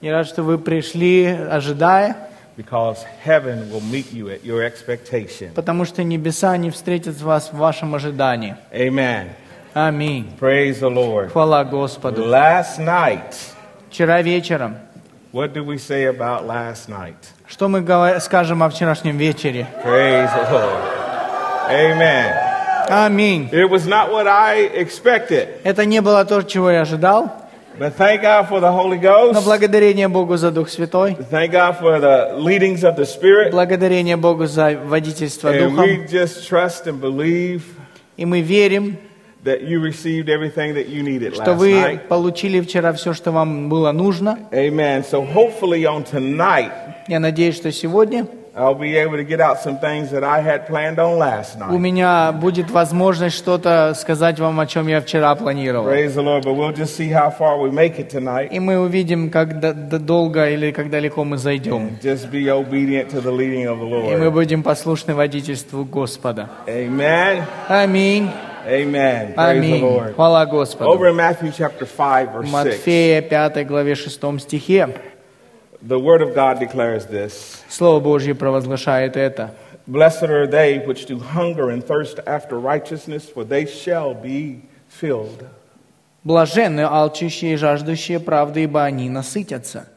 Я рад, что вы пришли, ожидая, because heaven will meet you at your expectation. потому что небеса не встретят вас в вашем ожидании. Amen. Аминь. Praise the Lord. Хвала Господу. Last night, Вчера вечером, what did we say about last night? что мы гова- скажем о вчерашнем вечере? Praise the Lord. Amen. Аминь. It was not what I expected, Это не было то, чего я ожидал, but thank God for the Holy но Ghost. благодарение Богу за Дух Святой, Thank God for the leadings of the Spirit. благодарение Богу за водительство And we Духом. just trust and believe И мы верим, that you received everything that you needed что last вы night. получили вчера все, что вам было нужно. Amen. So hopefully on tonight, Я надеюсь, что сегодня I'll be able to get out some things that I had planned on last у night. меня будет возможность что-то сказать вам, о чем я вчера планировал. Praise the Lord. But we'll just see how far we make it tonight. И мы увидим, как д- д- долго или как далеко мы зайдем. Just be obedient to the leading of the И мы Lord. будем послушны водительству Господа. Amen. Аминь. Amen. Praise the Аминь. Lord. Хвала Господу. Over in Matthew chapter 5, verse 6, Матфея 5 главе 6 стихе the Word of God declares this Слово Божье провозглашает это. Blessed are they which do hunger and thirst after righteousness, for they shall be filled. «Блаженны алчущие и жаждущие правды, ибо они насытятся».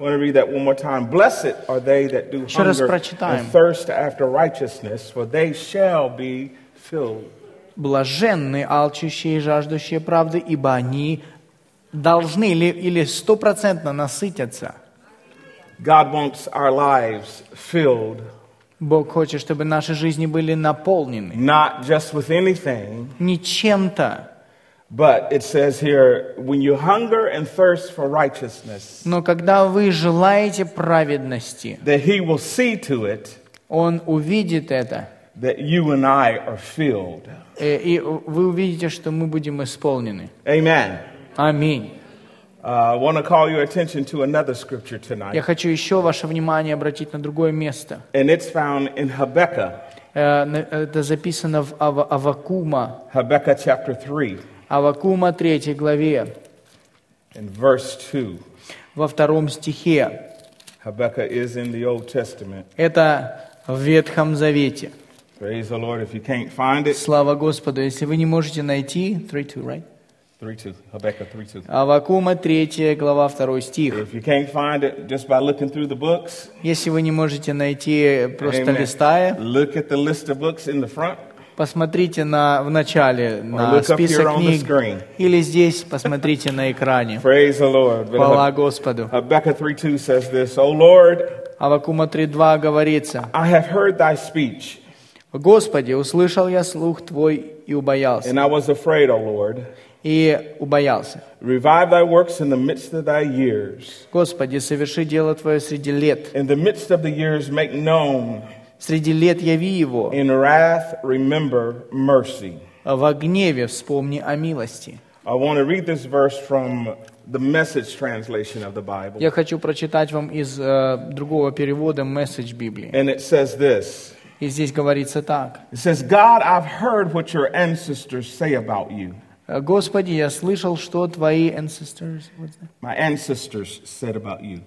I want to read that one more time. Blessed are they that do Ще раз hunger прочитаємо. and thirst after righteousness, for they shall be filled. «Блаженны алчущие и жаждущие правды, ибо они должны ли, или стопроцентно насытятся». God wants our lives filled, Бог хочет, чтобы наши жизни были наполнены not just with anything, не чем-то, but it says here, when you hunger and thirst for righteousness, но когда вы желаете праведности, that He will see to it Он увидит это, that you and I are filled. э, и вы увидите, что мы будем исполнены. Amen. Аминь. Uh, I want to call your attention to another scripture Я tonight, хочу еще ваше внимание обратить на другое место. and it's found in Habakkuk, Э, на- Это записано в Ава- Авакума, Habakkuk chapter 3, Авакума 3 главе, and verse 2. во втором стихе. Habakkuk is in the Old Testament. Это в Ветхом Завете. Praise the Lord. If you can't find it, Слава Господу, если вы не можете найти, 3-2, right? 3 2. Habakkuk 3 2. Авакума 3 глава 2 стих. If you can't find it just by looking through the books, Если вы не можете найти, просто э, amen, листая, look at the list of books in the front. Посмотрите на, в начале на look up here список on the книг screen. или здесь посмотрите на экране. Praise the Lord. But uh, Хвала Господу. Habakkuk 3 2 says this O Lord, Авакума 3.2 говорится, I have heard thy speech, «Господи, услышал я слух Твой и убоялся». and I was afraid, O Lord. И убоялся. Revive thy works in the midst of thy years. «Господи, соверши дело Твое среди лет. In the midst of the years, make known. Среди лет яви его. In wrath, remember mercy. Во гневе вспомни о милости». I want to read this verse from the message translation of the Bible. Я хочу прочитать вам из э, другого перевода месседж Библии. And it says this И здесь говорится так. It says, God, I've heard what your ancestors say about you. «Господи, я слышал, что Твои ancestors...» what's that? My ancestors said about you.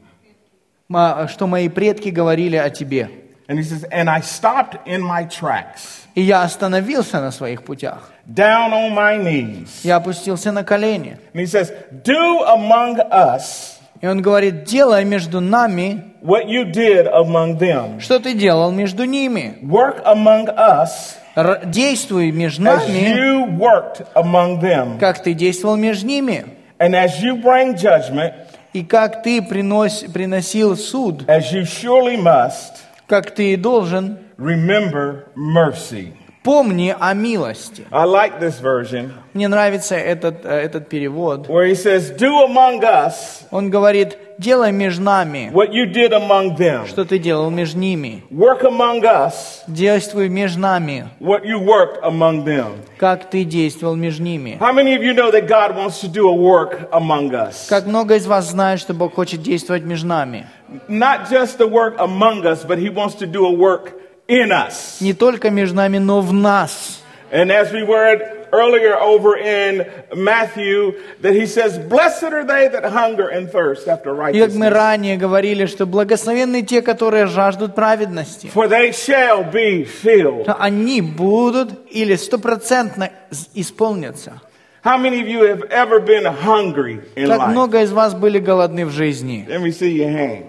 Ма- что мои предки говорили о тебе. And he says, And I stopped in my tracks, И я остановился на своих путях. down on my knees. Я опустился на колени. And he says, Do among us И он говорит, делай между нами, what you did among them. что ты делал между ними. Work among us Р- действуй между as нами, you worked among them. как ты действовал между ними. And as you bring judgment, И как ты принос, приносил суд, as you surely must, как ты и должен, remember mercy. помни о милости. I like this version Мне нравится этот, э, этот перевод. where he says, Do among us Он говорит, делай между нами, what you did among them. что ты делал между ними. Work among us Действуй между нами, what you worked among them. как ты действовал между ними. How many of you know that God wants to do a work among us? Как много из вас знает, что Бог хочет действовать между нами. Not just the work among us, but he wants to do a work in us. Не только между нами, но в нас. And as we were earlier over in Matthew that he says, Blessed are they that hunger and thirst after И как мы righteousness, ранее говорили, что благословенны те, которые жаждут праведности. for they shall be filled. Что Они будут или стопроцентно с- исполнятся. How many of you have ever been hungry in Как life? много из вас были голодны в жизни? Let me see your hand.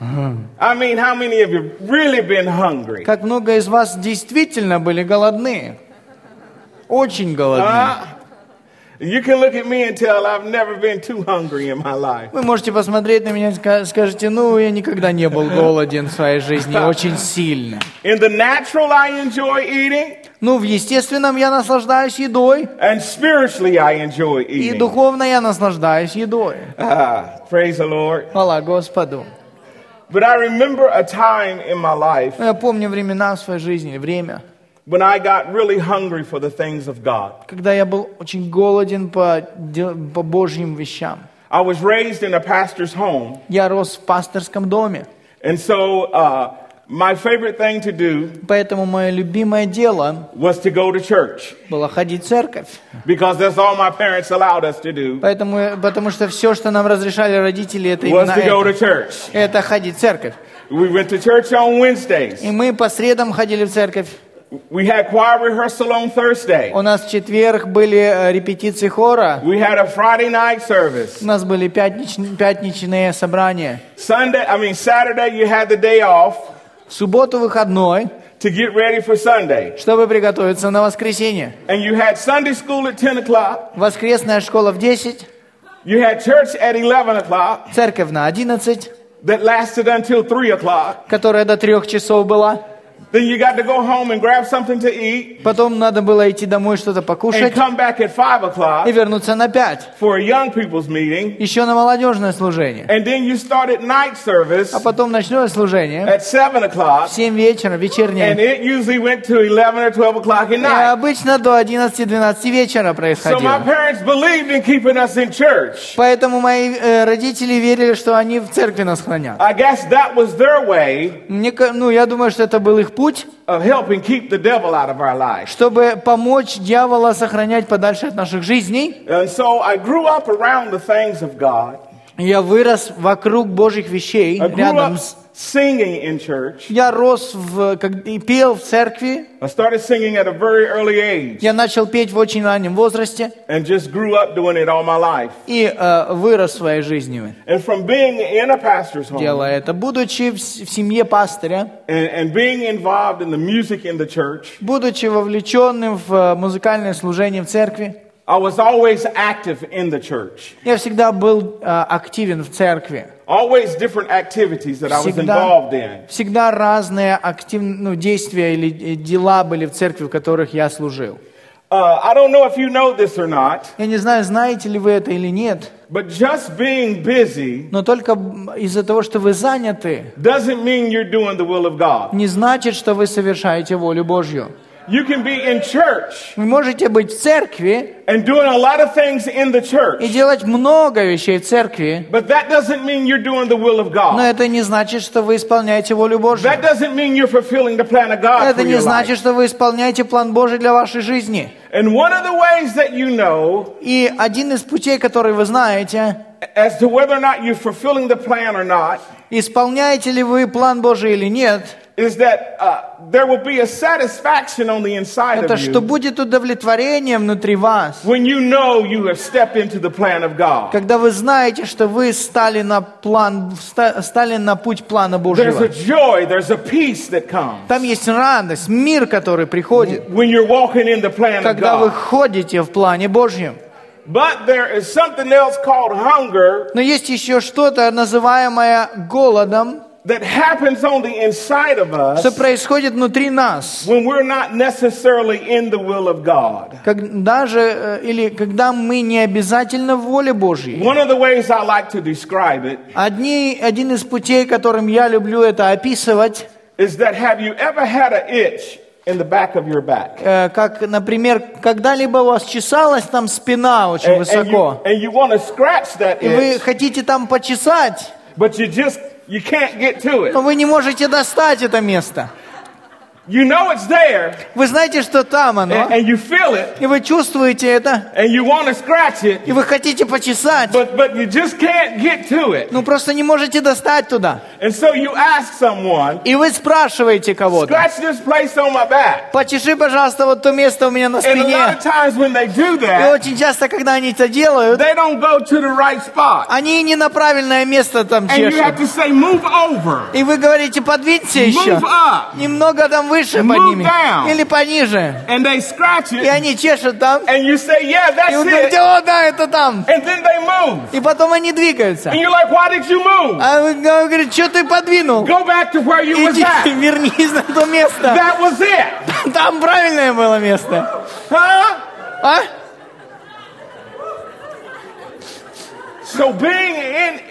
I mean, how many of you really been hungry? Как много из вас действительно были голодны? Очень голодны. Huh? You can look at me and tell I've never been too hungry in my life. Вы можете посмотреть на меня и ска- скажете, ну, я никогда не был голоден в своей жизни очень сильно. In the natural, I enjoy eating, Ну, в естественном я наслаждаюсь едой, and spiritually, I enjoy и eating. духовно я наслаждаюсь едой. Ah, praise the Lord. Хвала Господу. But I remember a time in my life Но Я помню времена в своей жизни, время, when I got really hungry for the things of God. когда я был очень голоден по, де- по Божьим вещам. I was raised in a pastor's home, Я рос в пасторском доме, and so uh, my favorite thing to do поэтому мое любимое дело was to go to church было ходить в церковь. because that's all my parents allowed us to do Поэтому, потому что все, что нам разрешали родители, это was именно to go to это. church. Это ходить в церковь. We went to church on Wednesdays. И мы по средам ходили в церковь. We had choir rehearsal on Thursday. У нас в четверг были э, репетиции хора. We had a Friday night У service. нас были пятнич- пятничные собрания. Sunday, I mean Saturday, you had the day off В субботу выходной, to get ready for Sunday. чтобы приготовиться на воскресенье. And you had Sunday school at 10 o'clock. Воскресная школа в 10, You had church at 11 o'clock церковь на 11, that lasted until 3 o'clock. которая до 3 часов была. Then you got to go home and grab something to eat Потом надо было идти домой что-то and покушать come back at 5 и o'clock вернуться на 5. for a young people's meeting. Еще на молодежное служение. And then you started night service А потом ночное служение at 7 в o'clock. 7 вечера, And вечернее. it usually went to 11 or 12 o'clock at И night. обычно до 11-12 вечера So my происходило. parents believed in keeping us in church. Поэтому мои э, родители верили, что они в церкви нас хранят. I guess that was their way Мне, ка- ну, я думаю, что это был их путь, of helping keep the devil out of our lives. чтобы помочь дьявола сохранять подальше от наших жизней. And so I grew up around the things of God. Я вырос вокруг Божьих вещей, I grew рядом up с... singing in church. Я рос в, как- и пел в церкви, I started singing at a very early age я начал петь в очень раннем возрасте and just grew up doing it all my life. и э, вырос своей жизнью, And from being in a pastor's home делая это. Будучи в, с- в семье пастыря, and, and being involved in the music in the church, будучи вовлеченным в э, музыкальное служение в церкви, I was always active in the church. я всегда был э, активен в церкви. Always different activities that I was Всегда, involved in. всегда разные актив, ну, действия или э, дела были в церкви, в которых я служил. Uh, I don't know if you know this or not, Я не знаю, знаете ли вы это или нет, but just being busy но только м, из-за того, что вы заняты, doesn't mean you're doing the will of God. не значит, что вы совершаете волю Божью. You can be in church Вы можете быть в церкви and doing a lot of things in the и church, делать много вещей в церкви, but that doesn't mean you're doing the will of но God. это не значит, что вы исполняете волю Божью. That doesn't mean you're fulfilling the plan of God for Это не your значит, life. что вы исполняете план Божий для вашей жизни. And one of the ways that you know И один из путей, который вы знаете, as to whether or not you're fulfilling the plan or not исполняете ли вы план Божий или нет, is that uh, there will be a satisfaction on the inside это of что you будет удовлетворение внутри вас, when you know you have stepped into the plan of God. когда вы знаете, что вы стали на план, вста- стали на путь плана There's a Божьего. joy, there's a peace that comes Там есть радость, мир, который приходит, when you're walking in the plan of когда вы God. ходите в плане Божьем. But there is something else called hunger Но есть еще что-то, называемое голодом, that happens on the inside of что us происходит внутри нас. when we're not necessarily in the will of God. Когда же, э, или когда мы не обязательно в воле Божьей. One of the ways I like to describe it Одни, один из путей, которым я люблю это описывать, is that have you ever had an itch in the back of your back? Э, как, например, когда-либо у вас чесалась там спина очень And, and you, высоко, and you want to scratch that и вы itch, хотите там почесать, but you just you can't get to но it. вы не можете достать это место. You know it's there, Вы знаете, что там оно, and, and you feel it, и вы чувствуете это, and you want to scratch it, и вы хотите почесать, but, but you just can't get to it. ну просто не можете достать туда. And so you ask someone, И вы спрашиваете кого-то, scratch this place on my back. почеши, пожалуйста, вот то место у меня на And a lot спине. of times when they do И that, очень часто, когда они это делают, they don't go to the right spot. они не на правильное место там And you have чешут. to say, move over, И вы говорите, подвиньте еще. move up. Немного там выше Move подними. down. Или пониже. And they scratch И it, они чешут там. and you say, yeah, И вы that's говорите, it. о, да, это там. And then they move. И потом они двигаются. And you're like, why did you move? А вы говорите, что ты подвинул? Go back to where you was Иди, at. вернись на то место. That was it. Там правильное было место. Huh? А? So being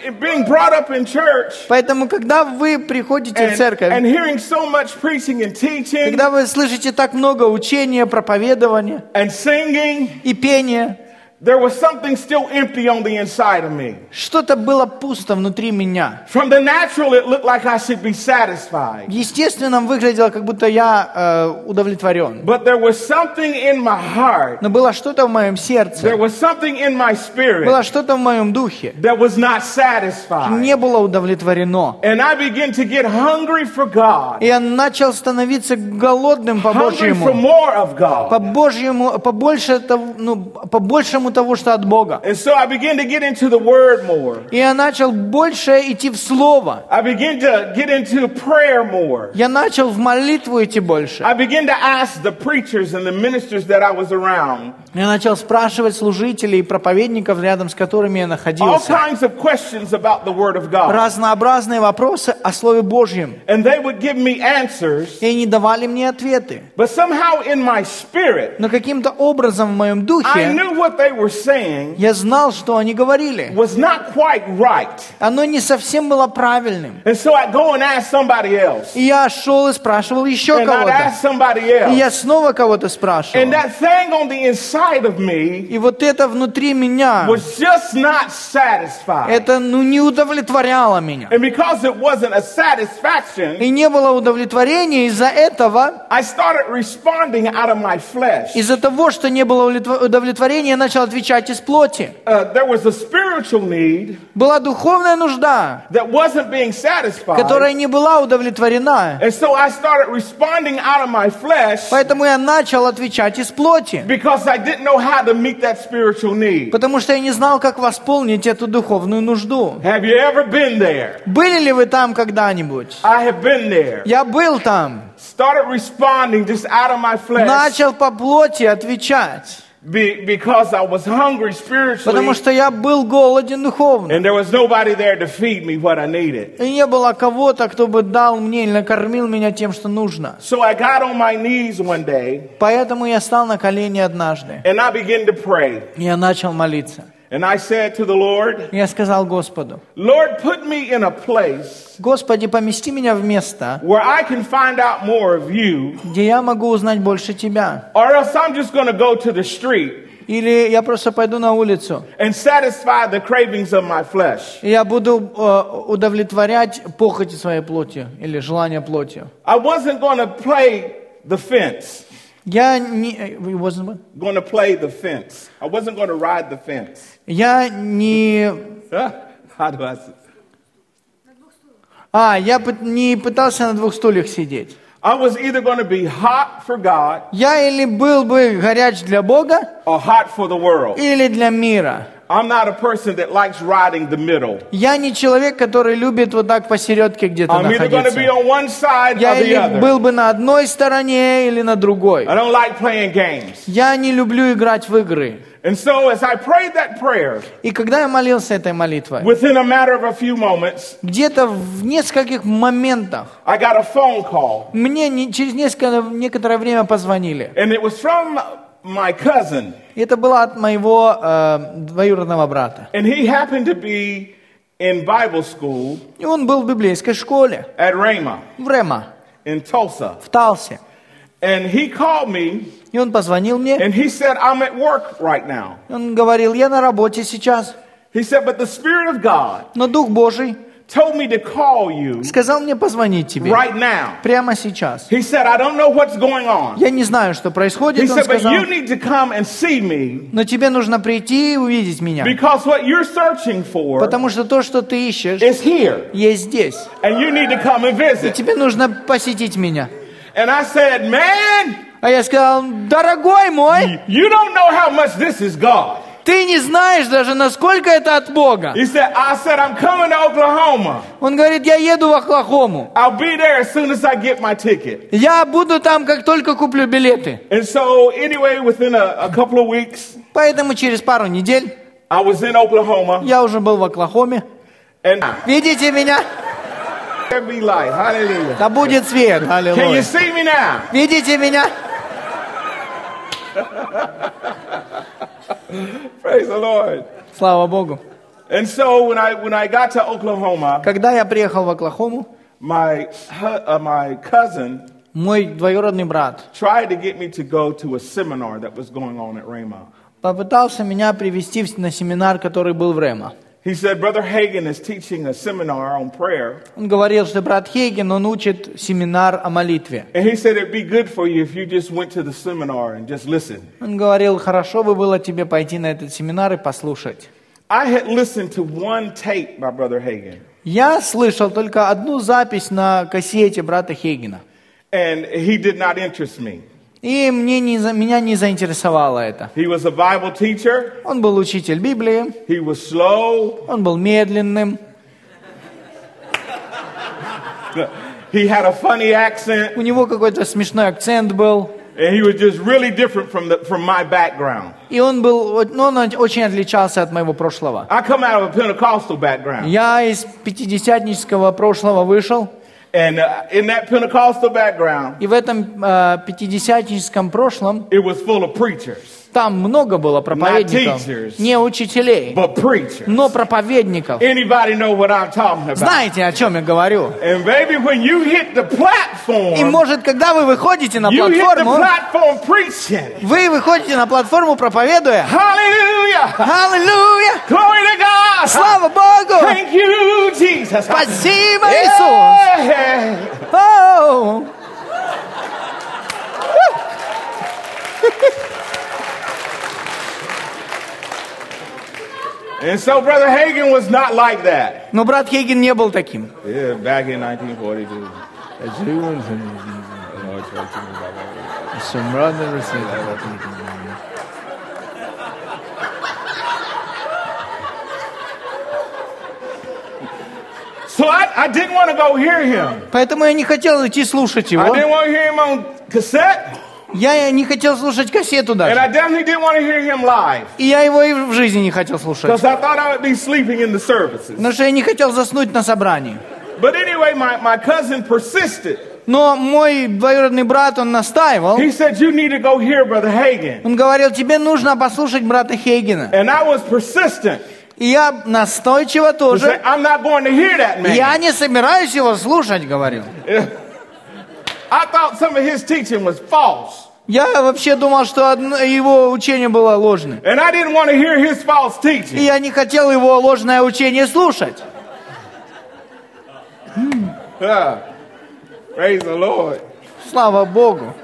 in being brought up in church Поэтому, когда вы приходите в and, and церковь, hearing so much preaching and teaching когда вы слышите так много учения, проповедования and singing, и пения, there was something still empty on the inside of me. что-то было пусто внутри меня. From the natural, it looked like I should be satisfied. Естественно, выглядело, как будто я э, удовлетворен. But there was something in my heart, Но было что-то в моем сердце, there was something in my было spirit что-то в моем духе. that was not satisfied. Не было удовлетворено. And I began to get hungry for И God, я начал становиться голодным по hungry Божьему. for more of God. По Божьему, побольше того, ну, по большему того, что от Бога. And so I began to get into the word more. И я начал больше идти в Слово. I began to get into prayer more. Я начал в молитву идти больше. I began to ask the preachers and the ministers that I was around Я начал спрашивать служителей и проповедников, рядом с которыми я all находился, kinds of questions about the Word of God. разнообразные вопросы о Слове Божьем. And they would give me answers, И они давали мне ответы. but somehow in my spirit, Но каким-то образом в моем I духе knew what they were saying я знал, что они говорили. was not quite right. Оно не совсем было правильным. And so I'd go and ask somebody else. И я шел и спрашивал еще And I'd кого-то. ask somebody И else. я снова кого-то And спрашивал. that thing on the inside of me И вот это внутри меня, was just not satisfied. это ну, не удовлетворяло меня. And because it wasn't a satisfaction, И не было удовлетворения из-за этого, I started responding out of my flesh. из-за того, что не было удовлетво- удовлетворения, я начал отвечать из плоти. Uh, there was a spiritual need Была духовная нужда, that wasn't being satisfied. которая не была удовлетворена. And so I started responding out of my flesh Поэтому я начал отвечать из плоти, because I didn't know how to meet that spiritual need. потому что я не знал, как восполнить эту духовную нужду. Have you ever been there? Были ли вы там когда-нибудь? I have been there. Я был там. Started responding just out of my flesh Начал по плоти отвечать, be- because I was hungry потому spiritually что я был голоден духовно. and there was nobody there to feed me what I needed. И не было кого-то, кто бы дал мне или накормил меня тем, что нужно. So I got on my knees one day Поэтому я стал на колени однажды. and I began to pray. Я начал молиться. And I said to the Lord, Я сказал Господу, Lord, put me in a place Господи, помести меня в место, where I can find out more of you, где я могу узнать больше Тебя. or else I'm just going to go to the street Или я просто пойду на улицу, and satisfy the cravings of my flesh. и я буду э, удовлетворять похоти своей плоти или желания плотью. I wasn't going to play the fence, Я не, э, it wasn't- going to play the fence. I wasn't going to ride the fence. я не, How do I? Say? а, я пы- не пытался на двух стульях сидеть. I was either going to be hot for God Я или был бы горяч для Бога, or hot for the world. или для мира. I'm not a person that likes riding the middle. Я не человек, который любит вот так посередке где-то I'm either going to be находиться. on one side Я or the или other. был бы на одной стороне, или на другой. I don't like playing games. Я не люблю играть в игры. And so, as I prayed that prayer, И когда я молился этой молитвой, within a matter of a few moments, где-то в нескольких моментах I got a phone call, мне не- через несколько, некоторое время позвонили. and it was from my cousin, Это было от моего э, двоюродного брата. and he happened to be in Bible school И он был в библейской школе at Rhema в Рема, in Tulsa. в Талсе. And he called me, И он позвонил мне. and he said, I'm at work right now. Он говорил, я на работе сейчас, He said, But the Spirit of God но Дух Божий told me to call you Сказал мне позвонить тебе right now. прямо сейчас. He said, I don't know what's going on. Я не знаю, что He происходит, он said, but сказал, you need to come and see me но тебе нужно прийти и увидеть меня. because what you're searching for Потому что то, что ты ищешь, is here есть здесь. and you need to come and visit. Тебе нужно посетить меня. And I said, man, А я сказал, дорогой мой, you don't know how much this is God. ты не знаешь даже, насколько это от Бога. He said, I said, I'm coming to Oklahoma. Он говорит, я еду в Оклахому. I'll be there as soon as I get my ticket. Я буду там, как только куплю билеты. And so, anyway, within a, a couple of weeks, Поэтому через пару недель I was in Oklahoma я уже был в Оклахоме. and Видите меня? there be light. Hallelujah. Да будет свет. Can you Аллилуйя. see me now? Видите меня? Praise the Lord. Слава Богу. And so when I when I got to Oklahoma, Когда я приехал в Оклахому, my hu- uh, my cousin мой двоюродный брат tried to get me to go to a seminar that was going on at Rhema. попытался меня привести в- на семинар, который был в Рема. He said, "Brother Hagen is teaching a seminar on prayer, Он говорил, что брат Хейген, он учит семинар о молитве. and he said it'd be good for you if you just went to the seminar and just listened." Он говорил, хорошо бы было тебе пойти на этот семинар и послушать. I had listened to one tape by Brother Hagen, Я слышал только одну запись на кассете брата Хейгена. and he did not interest me. И мне не, за- меня не заинтересовало это. He was a Bible teacher. Он был учитель Библии, He was slow. он был медленным, He had a funny accent, у него какой-то смешной акцент был. and he was just really different from the, from my background. И он был, о- ну, он очень отличался от моего прошлого. I come out of a Pentecostal background. Я из пятидесятнического прошлого вышел, And uh, in that Pentecostal background, и в этом э, пятидесятническом прошлом it was full of preachers, там много было проповедников, teachers. не учителей, but preachers. но проповедников. Anybody know what I'm talking about? Знаете, о чем я говорю? And baby, when you hit the И platform, может, когда вы выходите на you hit the платформу, platform preaching. вы выходите на платформу, проповедуя. Hallelujah! Аллилуйя! Glory to God! Слава Богу! Thank you, Jesus. Спасибо, Э! Иисус! Yeah. Оу! And so Brother Hagen was not like that. Но брат Хейген не был таким. Yeah, back in 1942. So I, I didn't want to go hear him. Поэтому я не хотел идти слушать I его. didn't want to hear him on cassette, Я не хотел слушать кассету and даже. I definitely didn't want to hear him live И я его и в жизни не хотел слушать. because I thought I would be sleeping in the services. Потому что я не хотел заснуть на собрании. But anyway, my, my cousin persisted. Но мой двоюродный брат, он настаивал. He said, You need to go hear Brother Hagen. Он говорил, тебе нужно послушать брата Хейгена. And I was persistent. И я настойчиво I тоже. said, I'm not going to hear that Я man. не собираюсь его слушать, говорил. I thought some of his teaching was false. Я вообще думал, что одно- его учение было ложным. And I didn't want to hear his false И teaching. я не хотел его ложное учение слушать. Yeah. Praise the Lord. Слава Богу.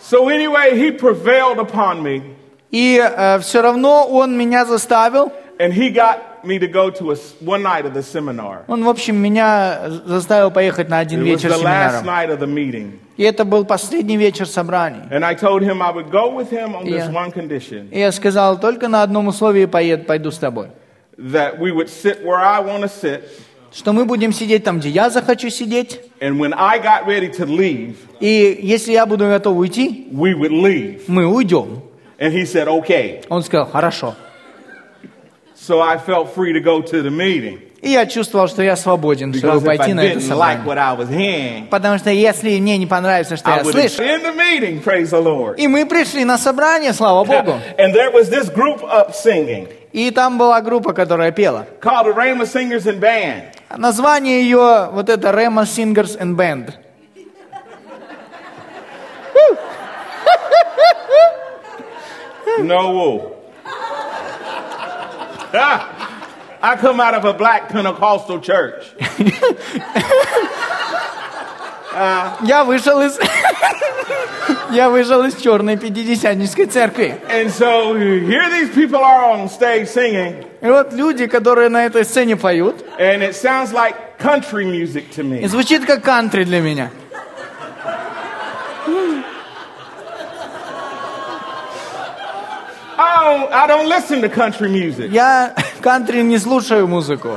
So anyway, he prevailed upon me И все равно он меня заставил, and he got me to go to a, s- one night of the seminar. он, в общем, меня заставил поехать на один It was вечер the last семинара. night of the meeting. И это был последний вечер собраний. And I told him I would go with him on this Yeah. one condition И я сказал, только на одном условии поед, пойду с тобой. that we would sit where I want to sit. Что мы будем сидеть там, где я захочу сидеть. And when I got ready to leave, И если я буду готов уйти, we would leave. мы уйдем. And he said, okay. Он сказал, хорошо. So I felt free to go to the meeting И я чувствовал, что я свободен, чтобы because if I пойти на это didn't like собрание. what I was hearing, Потому что если мне не понравится, что I я would слышу... in the meeting. Praise the Lord. И мы пришли на собрание, слава Богу. And there was this group up singing И там была группа, которая пела. called the Rhema Singers and Band. Название ее вот это Rema Singers and Band. No woo. Ah, I come out of a black Pentecostal church. Я вышел из... Я вышел из черной пятидесятнической церкви. And so here these people are on stage singing, И вот люди, которые на этой сцене поют, and it sounds like country music to и me. звучит как кантри для меня. I don't, I don't listen to country music. Я кантри не слушаю музыку.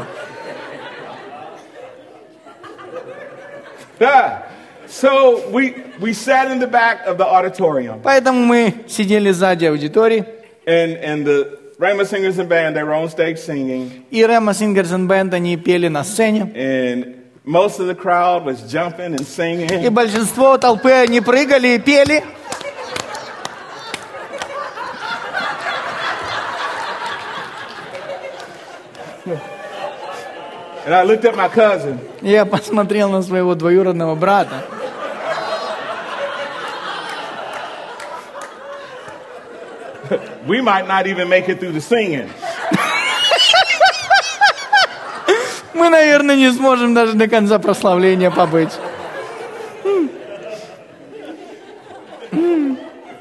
Yeah. Ah. So we, we sat in the back of the auditorium, Поэтому мы сидели сзади аудитории, and, and the Rhema Singers and Band, they were on stage singing, и Рема Сингерсон Бенд, они пели на сцене. and most of the crowd was jumping and И singing. большинство толпы, они прыгали и пели. And I looked at my cousin, Я посмотрел на своего двоюродного брата. we might not even make it through the singing. Мы, наверное, не сможем даже до конца прославления побыть.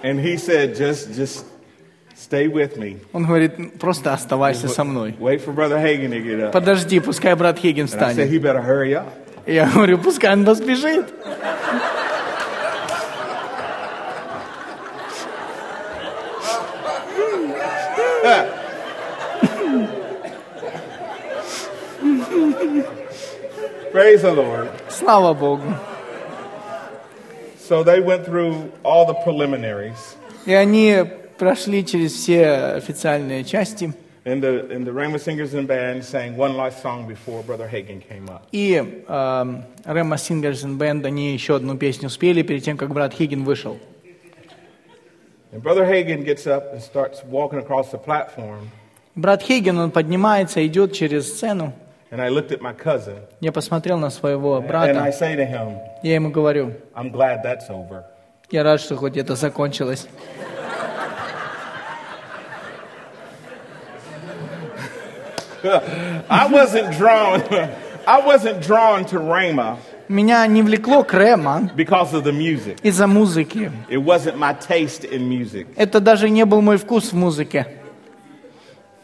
And he said, just, just stay with me. Он говорит, «Ну, просто оставайся со мной. Wait for Brother Hagan to get up. Подожди, пускай брат Хиггин And I said, встанет. he better hurry up. Я говорю, пускай он поспешит. Praise the Lord. Слава Богу. So they went through all the preliminaries. И они прошли через все официальные части. And the, and the Rhema Singers and Band sang one last song before Brother Hagan came up. И эм, Рема Сингерс и Бенд, они еще одну песню спели перед тем, как брат Хиггин вышел. And Brother Hagan gets up and starts walking across the platform. Брат Хиггин, он поднимается, идет через сцену. And I looked at my cousin Я посмотрел на своего and I брата. say to him, Я ему говорю, I'm glad that's over. я рад, что хоть это закончилось. I wasn't drawn. I wasn't drawn to Rhema Меня не влекло к Рема because of the music. из-за музыки. It wasn't my taste in music. Это даже не был мой вкус в музыке.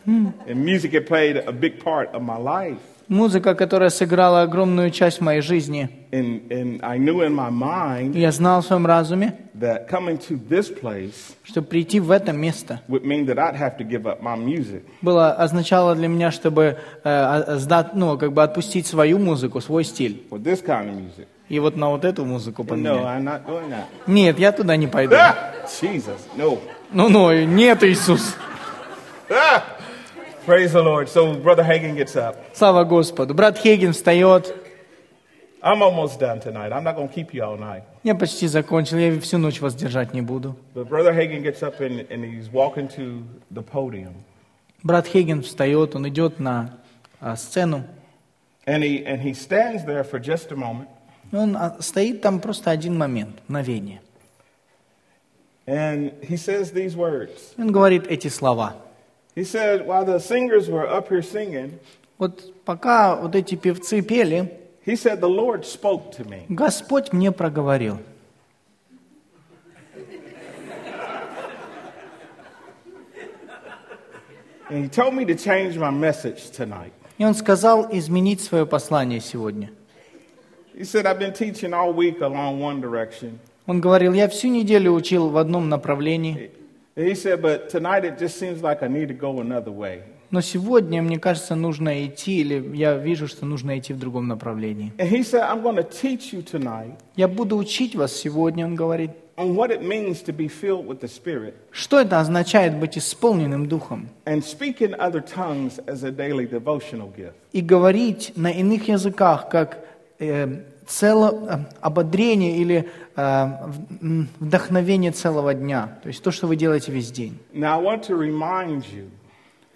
And music had played a big part of my life. Музыка, которая сыграла огромную часть моей жизни. And, and I knew in my mind Я знал в своем разуме, that coming to this place что прийти в это место would mean that I'd have to give up my music. было означало для меня, чтобы э, а- сдать, ну, как бы отпустить свою музыку, свой стиль. for this kind of music. И вот на вот эту музыку No, поменять. I'm not doing that. Нет, я туда не пойду. Ah, Jesus, no. Ну, ну, нет, Иисус. Ah. Praise the Lord. So Brother Hagen gets up. Слава Господу. Брат Хейген встает. I'm almost done tonight. I'm not going to keep you all night. Я почти закончил, я всю ночь вас держать не буду. But Brother Hagen gets up and, and he's walking to the podium. Брат Хейген встает, он идет на а, сцену. And he, and he stands there for just a moment. И Он а, стоит там просто один момент, мгновение. And he says these words. И Он говорит эти слова. He said, while the singers were up here singing, Вот пока вот эти певцы пели, he said, the Lord spoke to me. Господь мне проговорил. And he told me to change my message tonight. И он сказал изменить свое послание сегодня. He said, I've been teaching all week along one direction. Он говорил, я всю неделю учил в одном направлении, And he said, but tonight it just seems like I need to go another way. но сегодня, мне кажется, нужно идти, или я вижу, что нужно идти в другом направлении. And he said, I'm going to teach you tonight Я буду учить вас сегодня, он говорит. on what it means to be filled with the Spirit Что это означает быть исполненным духом? and speak in other tongues as a daily devotional gift. И говорить на иных языках, как э, цело, э, ободрение или э, в- м, вдохновение целого дня. То есть то, что вы делаете весь день. Now, I want to remind you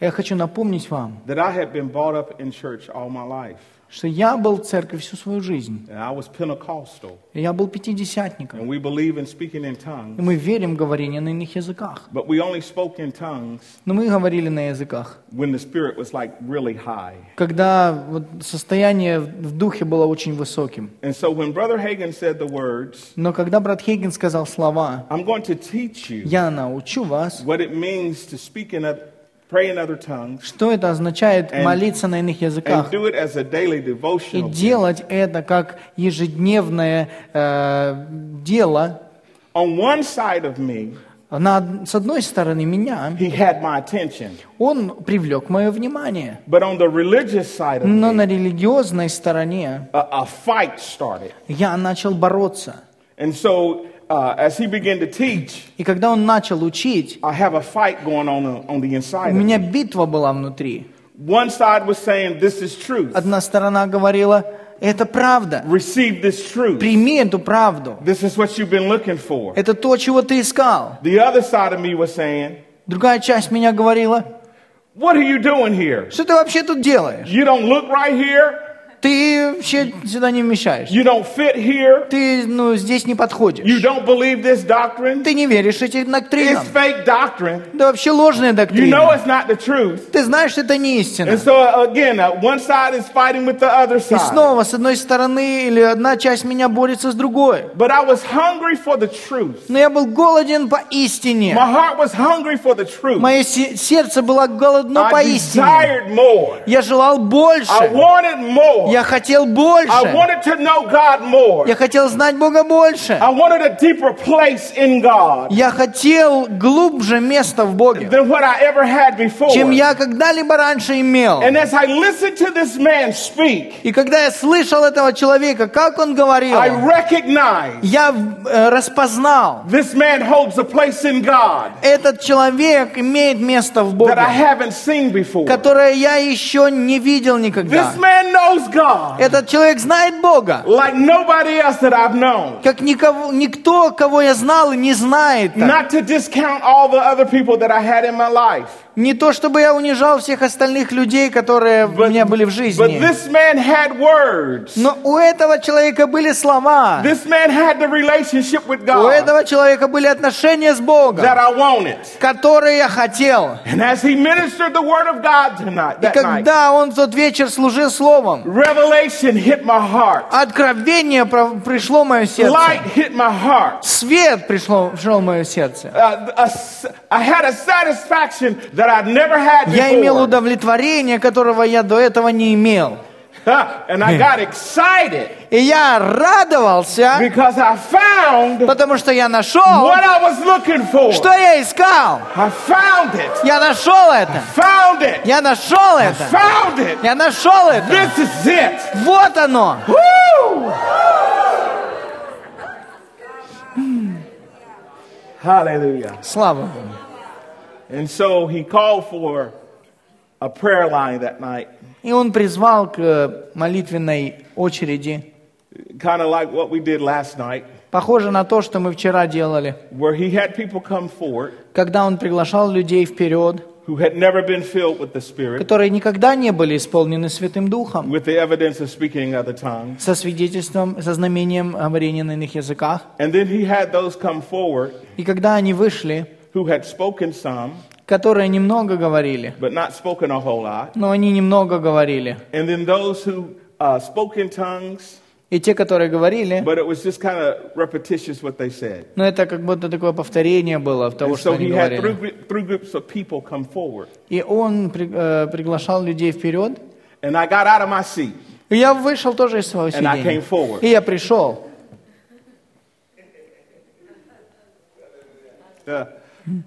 Я хочу напомнить вам, that I had been brought up in church all my life. что я был в церкви всю свою жизнь. And I was Pentecostal. Я был пятидесятником. And we believe in speaking in И tongues. мы верим в говорение на иных языках. But we only spoke in tongues Но мы говорили на языках. when the Spirit was like really high. Когда вот состояние в духе было очень высоким. And so when Brother Hagan said the words, Но когда брат Хейген сказал слова I'm going to teach you «Я научу вас», what it means to speak in other, pray in other tongues что это означает And- молиться на иных and языках do it as a daily и devotional делать это как ежедневное э, дело. on one side of me, На- с одной стороны меня, he had my attention. он привлек мое внимание, But on the religious side of но me, на религиозной стороне a, a fight started. я начал бороться. And so uh, as he began to teach, И когда он начал учить, I have a fight going on uh, on the inside у of me. меня битва была внутри. One side was saying, This is truth. Одна сторона говорила, это правда, Receive this truth. прими эту правду, This is what you've been looking for. это то, чего ты искал. The other side of me was saying, Другая часть меня говорила, What are you doing here? что ты вообще тут делаешь? You don't look right here. Ты вообще сюда не вмещаешь. You don't fit here. Ты ну, здесь не You подходишь. don't believe this doctrine. Ты не веришь этим доктринам. It's fake doctrine. Да вообще ложная You know доктрина. it's not the truth. Ты знаешь, что это не истина. And so, again, uh, one side is fighting with the other И side. снова, с одной стороны, или одна часть меня борется с другой. But I was hungry for the truth. Но я был голоден по истине. My heart was hungry for the truth. Мое се- сердце было голодно по I истине. desired more. Я желал I больше. wanted more. Я хотел I больше. wanted to know God more. Я хотел знать Бога больше. I wanted a deeper place in God Я хотел глубже места в Боге. than what I ever had before. чем я когда-либо раньше имел. And as I listened to this man speak, И когда я слышал этого человека, как он говорил, I recognize я э, распознал, this man holds a place in God этот человек имеет место в that I Боге, haven't seen before. которое я еще не видел никогда. This man knows God Этот человек знает Бога, like nobody else that I've known. как никого, никто, кого я знал, и не знает. так. Not to discount all the other people that I had in my life, Не то, чтобы я унижал всех остальных людей, которые у меня были в but жизни. this man had words. Но у этого человека были слова, This man had the relationship with у God этого человека были отношения с Богом, that I wanted. которые я хотел. And as he ministered the word of God tonight, И that night, когда он в тот вечер служил словом, revelation hit my heart. откровение про- пришло в мое сердце, Light hit my heart. свет пришло, пришел в мое сердце. Uh, a s- I had a satisfaction that I'd never had Я имел before. удовлетворение, которого я до этого не имел. Huh. and I got excited И я радовался, because I found потому что я нашел, what I was looking что for. я искал. I found it. Я нашел это. Found it. Я нашел это. Found it. Я нашел это. This is it. Вот оно. Woo! Hmm. Hallelujah. Слава Богу. And so he called for a prayer line that night, И он призвал к э, молитвенной очереди, kind of like what we did last night, похоже на то, что мы вчера делали, where he had people come forward когда он приглашал людей вперед, who had never been filled with the Spirit, которые никогда не были исполнены Святым Духом, with the evidence of speaking other tongues. со свидетельством, со знамением говорения на иных языках. And then he had those come forward И когда они вышли, who had spoken some, которые немного говорили, but not spoken a whole lot. но они немного говорили. And then those who uh, spoke in tongues, И те, которые говорили, but it was just kind of repetitious what they said. ну это как будто такое повторение было того, And что so he они had three, говорили. gr- three groups of people come forward. И он при- э, приглашал людей вперед. And I got out of my seat. И я вышел тоже из своего And I сидения. came forward. И я пришел. Uh,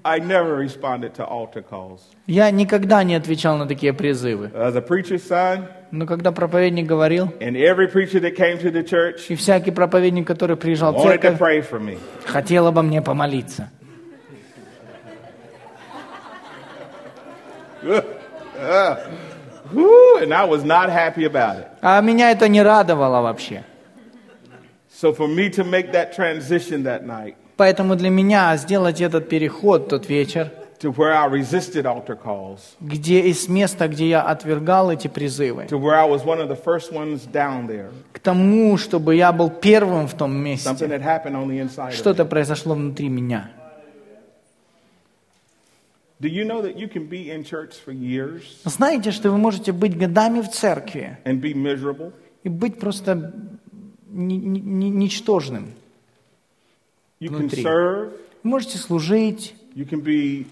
I never responded to altar calls. Uh, Я никогда не отвечал на такие призывы. As a preacher's son, Но когда проповедник говорил, and every preacher that came to the church и всякий проповедник, который приезжал в wanted to церковь, pray for me. хотел обо мне помолиться. Whew, and I was not happy about it. А меня это не радовало вообще. So for me to make that transition that night Поэтому для меня сделать этот переход тот вечер to where I resisted altar calls, где из места, где я отвергал эти призывы, to where I was one of the first ones down there. к тому, чтобы я был первым в том Something месте. that happened on the inside. Of me. Что-то произошло внутри меня. Do you know that you can be in church for years Знаете, что вы можете быть годами в церкви and be miserable? и быть просто ни- ни- ни- ничтожным. You can Внутри. serve. Вы можете служить, You can be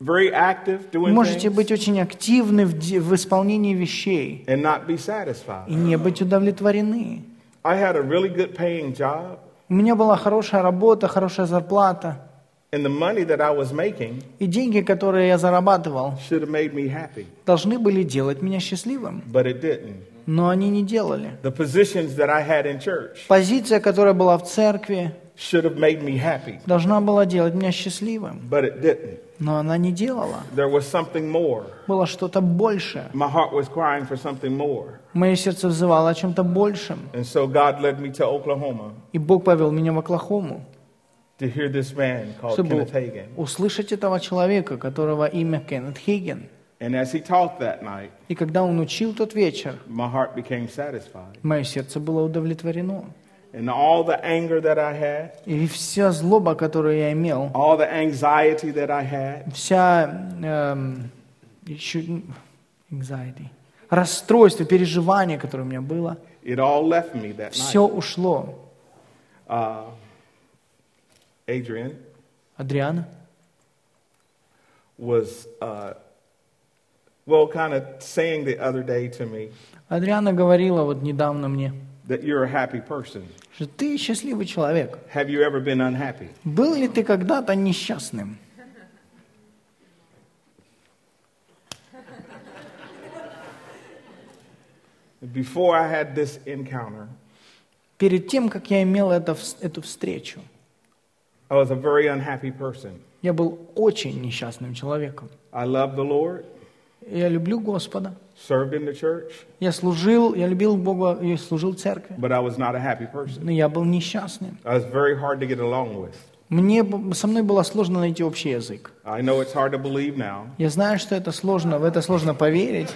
very active вы doing можете things быть очень активны в, де- в исполнении вещей and not be и satisfied. не быть удовлетворены. I had a really good paying job, У меня была хорошая работа, хорошая зарплата. and the money that I was making И деньги, которые я зарабатывал, should have made me happy, должны были делать меня счастливым. but it didn't. Но они не делали. The positions that I had in church Позиция, которая была в церкви, should have made me happy, должна была делать меня счастливым. but it didn't. Но она не делала. There was something more. Было что-то большее. My heart was crying for something more. Мое сердце взывало о чем-то большем. And so God led me to Oklahoma И Бог повел меня в Оклахому, to hear this man called чтобы Kenneth Hagin. услышать этого человека, которого имя Кеннет Хиггин. And as he taught that night, И когда он учил тот вечер, my heart became satisfied. мое сердце было удовлетворено. And all the anger that I had, И вся злоба, которую я имел, all the anxiety that I had, вся эм, ещё, м, anxiety, расстройство, переживание, которое у меня было, it all left me that все night. ушло. Uh, Adrian Адриан was, uh, well, kind of saying the other day to me Адриана говорила вот недавно мне, that you're a happy person. что ты счастливый человек. Have you ever been unhappy? Был ли ты когда-то несчастным? Before I had this encounter, Перед тем, как я имел это вс- эту встречу, I was a very unhappy person. я был очень несчастным человеком. I loved the Lord, Я люблю Господа. served in the church, Я служил, я любил Бога и служил церкви. but I was not a happy person. Но я был несчастным. I was very hard to get along with. Мне б- со мной было сложно найти общий язык. I know it's hard to believe now, Я знаю, что это сложно, в это сложно поверить.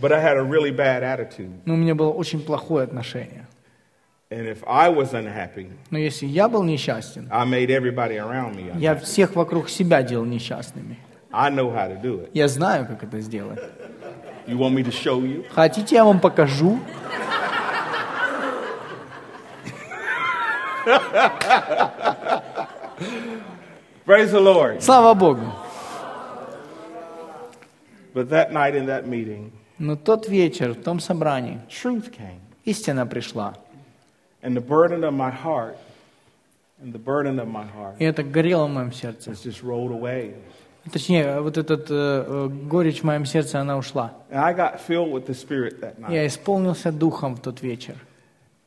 but I had a really bad attitude. Но у меня было очень плохое отношение. And if I was unhappy, Но если я был несчастен, I made everybody around me. unhappy. я всех вокруг себя делал несчастными. I know how to do it. Я знаю, как это сделать. You want me to show you? Хотите, я вам покажу? Praise the Lord. Слава Богу! But that night in that meeting, Но тот вечер в том собрании truth came. истина пришла. And the burden of my heart, and the burden of my heart, И это горело в моем сердце. was just rolled away. Точнее, вот этот э, э, горечь в моем сердце, она ушла. And I got filled with the Spirit that night. Я исполнился духом в тот вечер.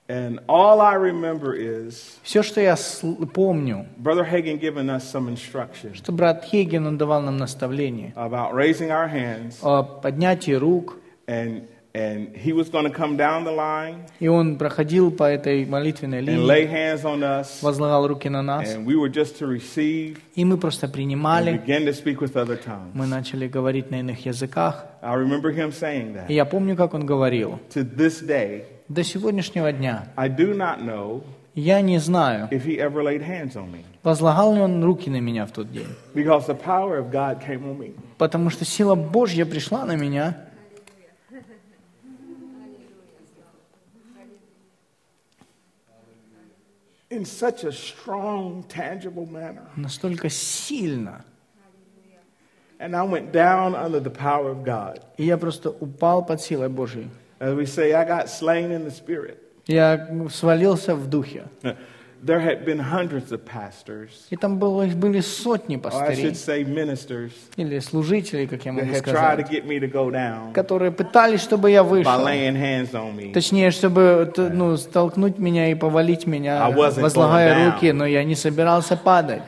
And all I remember is Все, что я сл- помню, Brother Hagin giving us some instructions что брат Хейген, он давал нам наставление about raising our hands, о поднятии рук, and, and he was going to come down the line и он проходил по этой молитвенной and линии, lay hands on us, возлагал руки на нас, and we were just to receive и мы просто and принимали, begin to speak with other tongues. мы начали говорить на иных языках. I remember him saying that. И я помню, как он говорил, To this day, до сегодняшнего дня I do not know я не знаю, if he ever laid hands on me возлагал ли он руки на меня в тот день, because the power of God came on me. потому что сила Божья пришла на меня, in such a strong, tangible manner. настолько сильно. And I went down under the power of God. И я просто упал под силой Божьей. As we say, I got slain in the spirit. Я ну, свалился в духе. There had been hundreds of pastors, И там было, их были сотни or I should пастырей, say ministers, или служителей, как я that могу had tried to сказать, get me to go down которые пытались, чтобы я by вышел. laying hands on me. Точнее, чтобы т- ну, столкнуть меня и повалить меня, I wasn't going возлагая down. руки, но я не собирался падать.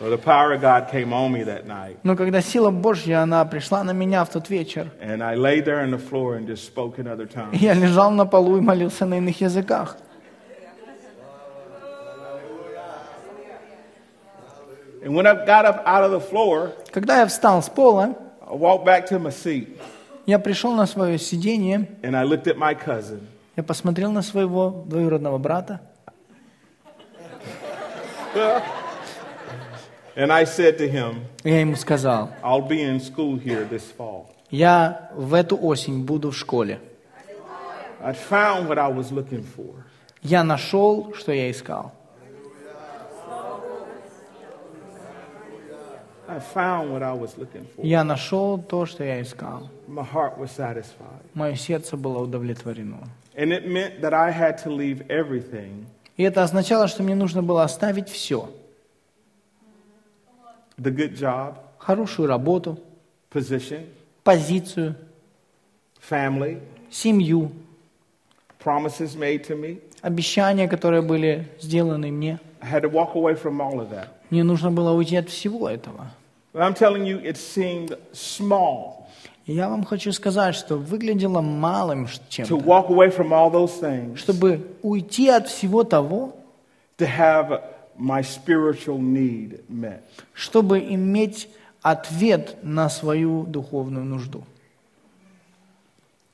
Well, the power of God came on me that night. Но когда сила Божья, она пришла на меня в тот вечер, And I lay there on the floor and just spoke in other tongues. я лежал на полу и молился на иных языках. And when I got up out of the floor, Когда я встал с пола, I walked back to my seat я пришел на свое сиденье, and I looked at my cousin. я посмотрел на своего двоюродного брата, And I said to him, и я ему сказал, I'll be in school here this fall. я в эту осень буду в школе. I found what I was looking for. Я нашел, что я искал. I found what I was looking for. Я нашел то, что я искал. My heart was satisfied. Мое сердце было удовлетворено. And it meant that I had to leave everything И это означало, что мне нужно было оставить все. the good job, Хорошую работу, position, позицию, family, семью, promises made to me. обещания, которые были сделаны мне. I had to walk away from all of that. Мне нужно было уйти от всего этого. But I'm telling you, it seemed small И я вам хочу сказать, что выглядело малым ш- to чем-то. walk away from all those things, Чтобы уйти от всего того, to have my spiritual need met. чтобы иметь ответ на свою духовную нужду.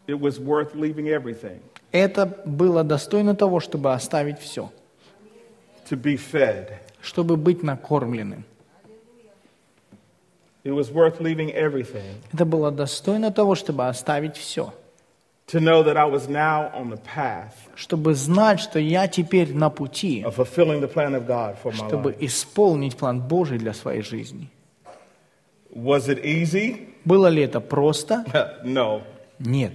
It was worth leaving everything Это было достойно того, чтобы оставить все, to be fed. чтобы быть накормленным. It was worth leaving everything Это было достойно того, чтобы оставить все, to know that I was now on the path чтобы знать, что я теперь на пути, of fulfilling the plan of God for my чтобы life. исполнить план Божий для своей жизни. Was it easy? Было ли это просто? no. Нет.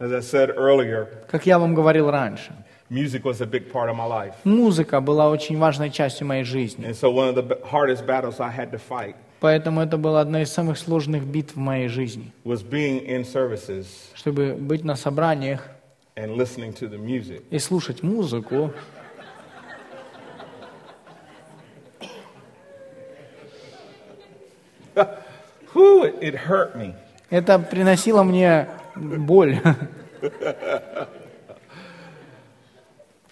As I said earlier, Как я вам говорил раньше, music was a big part of my life. музыка была очень важной частью моей жизни, And so one of the b- hardest battles I had to fight поэтому это была одна из самых сложных битв в моей жизни, was being in services чтобы быть на собраниях and listening to the music. и слушать музыку. Whew, it, it hurt me. Это приносило мне боль.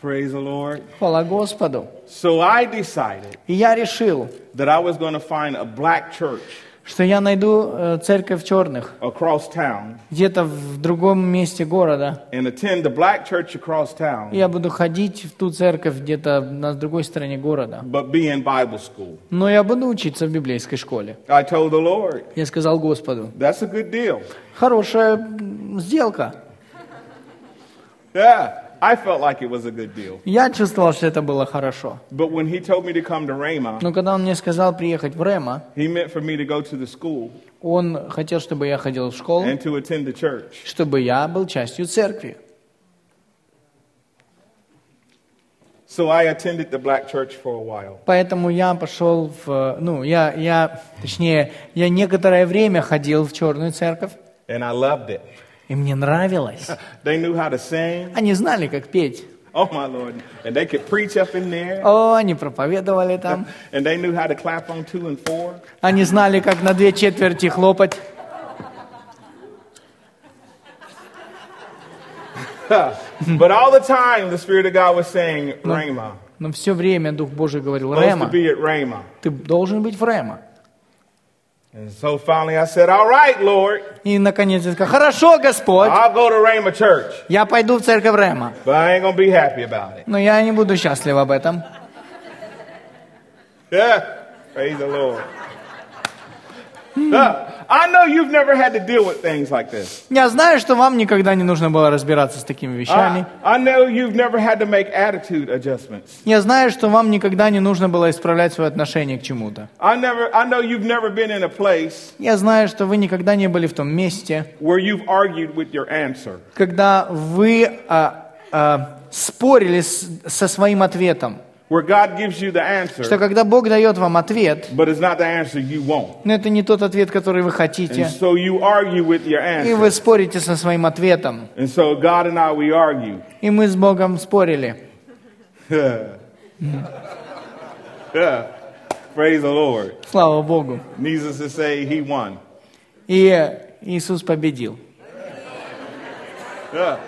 Praise the Lord. Хвала Господу. So I decided И я решил, that I was going to find a black church что я найду э, церковь черных across town где-то в другом месте города. and attend the black church across И town, Я буду ходить в ту церковь где-то на другой стороне города. but be in Bible school. Но я буду учиться в библейской школе. I told the Lord, Я сказал Господу, that's a good deal. хорошая м, сделка. Yeah, I felt like it was a good deal. Я чувствовал, что это было хорошо. But when he told me to come to Rhema, Но когда он мне сказал приехать в Рема, he meant for me to go to the school он хотел, чтобы я ходил в школу, and to attend the church. чтобы я был частью церкви. So I attended the black church for a while. Поэтому я пошел в... э, Ну, я, я, точнее, я некоторое время ходил в черную церковь, And I loved it. и мне нравилось. They knew how to sing. Они знали, как петь. Oh, my Lord. And they could preach up in there. О, они проповедовали там. And they knew how to clap on two and four. Они знали, как на две четверти хлопать. but all the time, the Spirit of God was saying, Rhema. Но все время Дух Божий говорил, Supposed to Рема, be at Rhema. ты должен быть в Рема. And so finally I said, All right, Lord, И, наконец, я сказал, хорошо, Господь, I'll go to Rhema Church. я пойду в церковь Рема. But I ain't going to be happy about it. Но я не буду счастлив об этом. Yeah. Praise the Lord. Yeah. I know you've never had to deal with things like this. Я знаю, что вам никогда не нужно было разбираться с такими вещами. I, I know you've never had to make attitude adjustments. Я знаю, что вам никогда не нужно было исправлять свое отношение к чему-то. I never I know you've never been in a place Я знаю, что вы никогда не были в том месте, where you've argued with your answer. когда вы а, а, спорили с- со своим ответом. Where God gives you the Что answer, когда Бог дает вам ответ, but it's not the answer you want. но это не тот ответ, который вы And хотите, so you argue with your и вы answer. спорите со своим ответом. And so God and I we argue. И мы с Богом спорили. Yeah. Yeah. Praise the Lord. Слава Богу. Needless to say, he won. И Иисус победил. Yeah.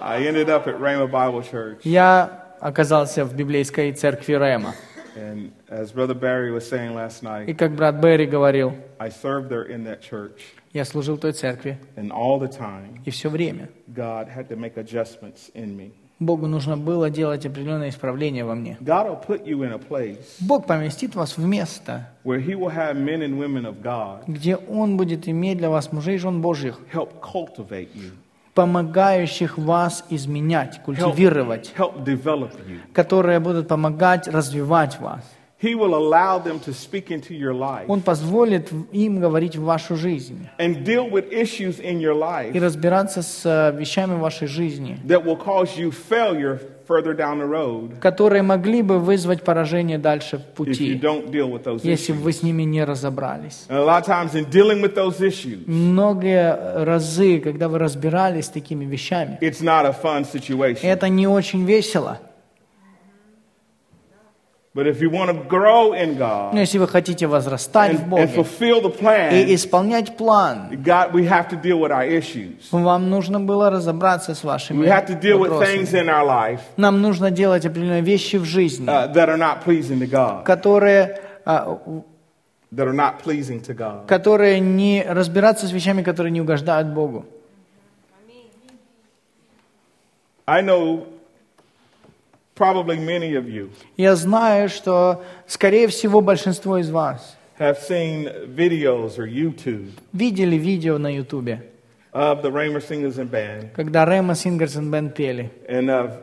I ended up at Rhema Bible Church. Я оказался в библейской церкви Рема. And as Brother Barry was saying last И night, как брат Берри говорил, I served there in that church. я служил той церкви, And all the time, и все время God had to make adjustments in me. Богу нужно было делать определенное исправление во мне. God will put you in a place Бог поместит вас в место, where He will have men and women of God где Он будет иметь для вас мужей и жен Божьих, help cultivate you, помогающих вас изменять, help, культивировать, help develop you. которые будут помогать развивать вас. He will allow them to speak into your life Он позволит им говорить в вашу жизнь and deal with issues in your и life разбираться с э, вещами вашей жизни, that will cause you failure further down the road которые могли бы вызвать поражение дальше в if you пути, don't deal with those если issues. бы вы с ними не разобрались. And a lot of times, in dealing with those issues, Многие разы, когда вы разбирались с такими вещами, it's not a fun situation. это не очень весело. But if you want to grow in Но God если вы хотите возрастать в and, and Боге fulfill the и plan, исполнять план, God, we have to deal with our issues. вам нужно было разобраться с We вашими have to deal with вопросами. things in our life Нам нужно делать определенные вещи в жизни, uh, that are not pleasing to God, которые, а, у- that are not pleasing to God. которые не разбираться с вещами, которые не угождают Богу. I know probably many of you Я знаю, что, скорее всего, большинство из вас have seen videos or YouTube видели видео на Ютубе, of the Raymer Singers and Band когда Рэма Сингерсон Бенд пели, and of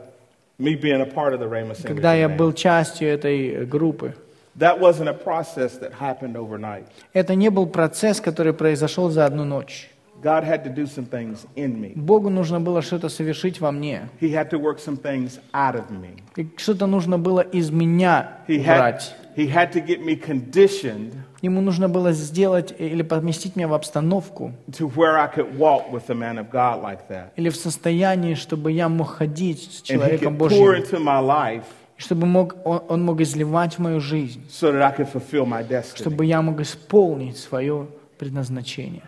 me being a part of the Raymer Singers когда я and Band. был частью этой группы. That wasn't a process that happened overnight. Это не был процесс, который произошел за одну ночь. God had to do some things in me. Богу нужно было что-то совершить во мне. He had to work some things out of me. И Что-то нужно было из меня He had, убрать. he had to get me conditioned Ему нужно было сделать или поместить меня в обстановку, to where I could walk with a man of God like that. или в состоянии, чтобы я мог ходить с And he человеком could pour Божьим, into my life чтобы мог, он, он мог изливать в мою жизнь, so that I could fulfill my destiny. чтобы я мог исполнить свое предназначение.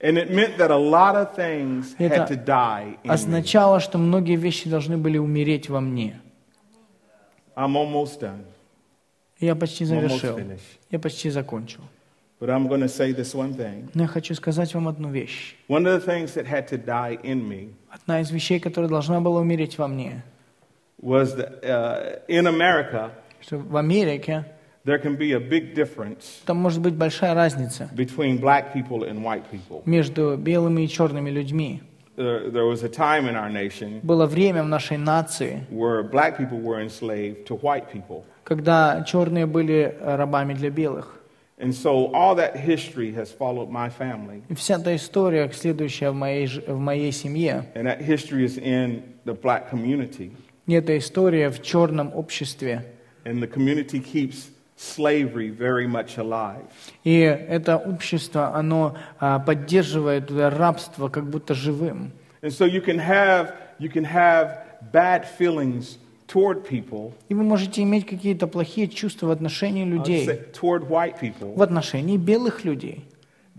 And it meant that a lot of things had Это to die in me. Означало, что многие вещи должны были умереть во мне. I'm almost done. Я почти I'm almost завершил. finished. Я почти закончил. But I'm going to say this one thing. Но я хочу сказать вам одну вещь. One of the things that had to die in me Одна из вещей, которая должна была умереть во мне, was that uh, in America, что в Америке there can be a big difference там может быть большая разница between black people and white people. между белыми и черными людьми. There, there was a time in our nation Было время в нашей нации, where black people were enslaved to white people. когда черные были э, рабами для белых. And so all that history has followed my family. И вся эта история, следующая в моей, ж- в моей семье, And that history is in the black community. и эта история в черном обществе. And the community keeps slavery very much alive. И это общество, оно а, поддерживает э, рабство как будто живым. And so you can have, you can have bad feelings toward people, И вы можете иметь какие-то плохие чувства в отношении I'll say, людей, uh, toward white в people, отношении белых людей,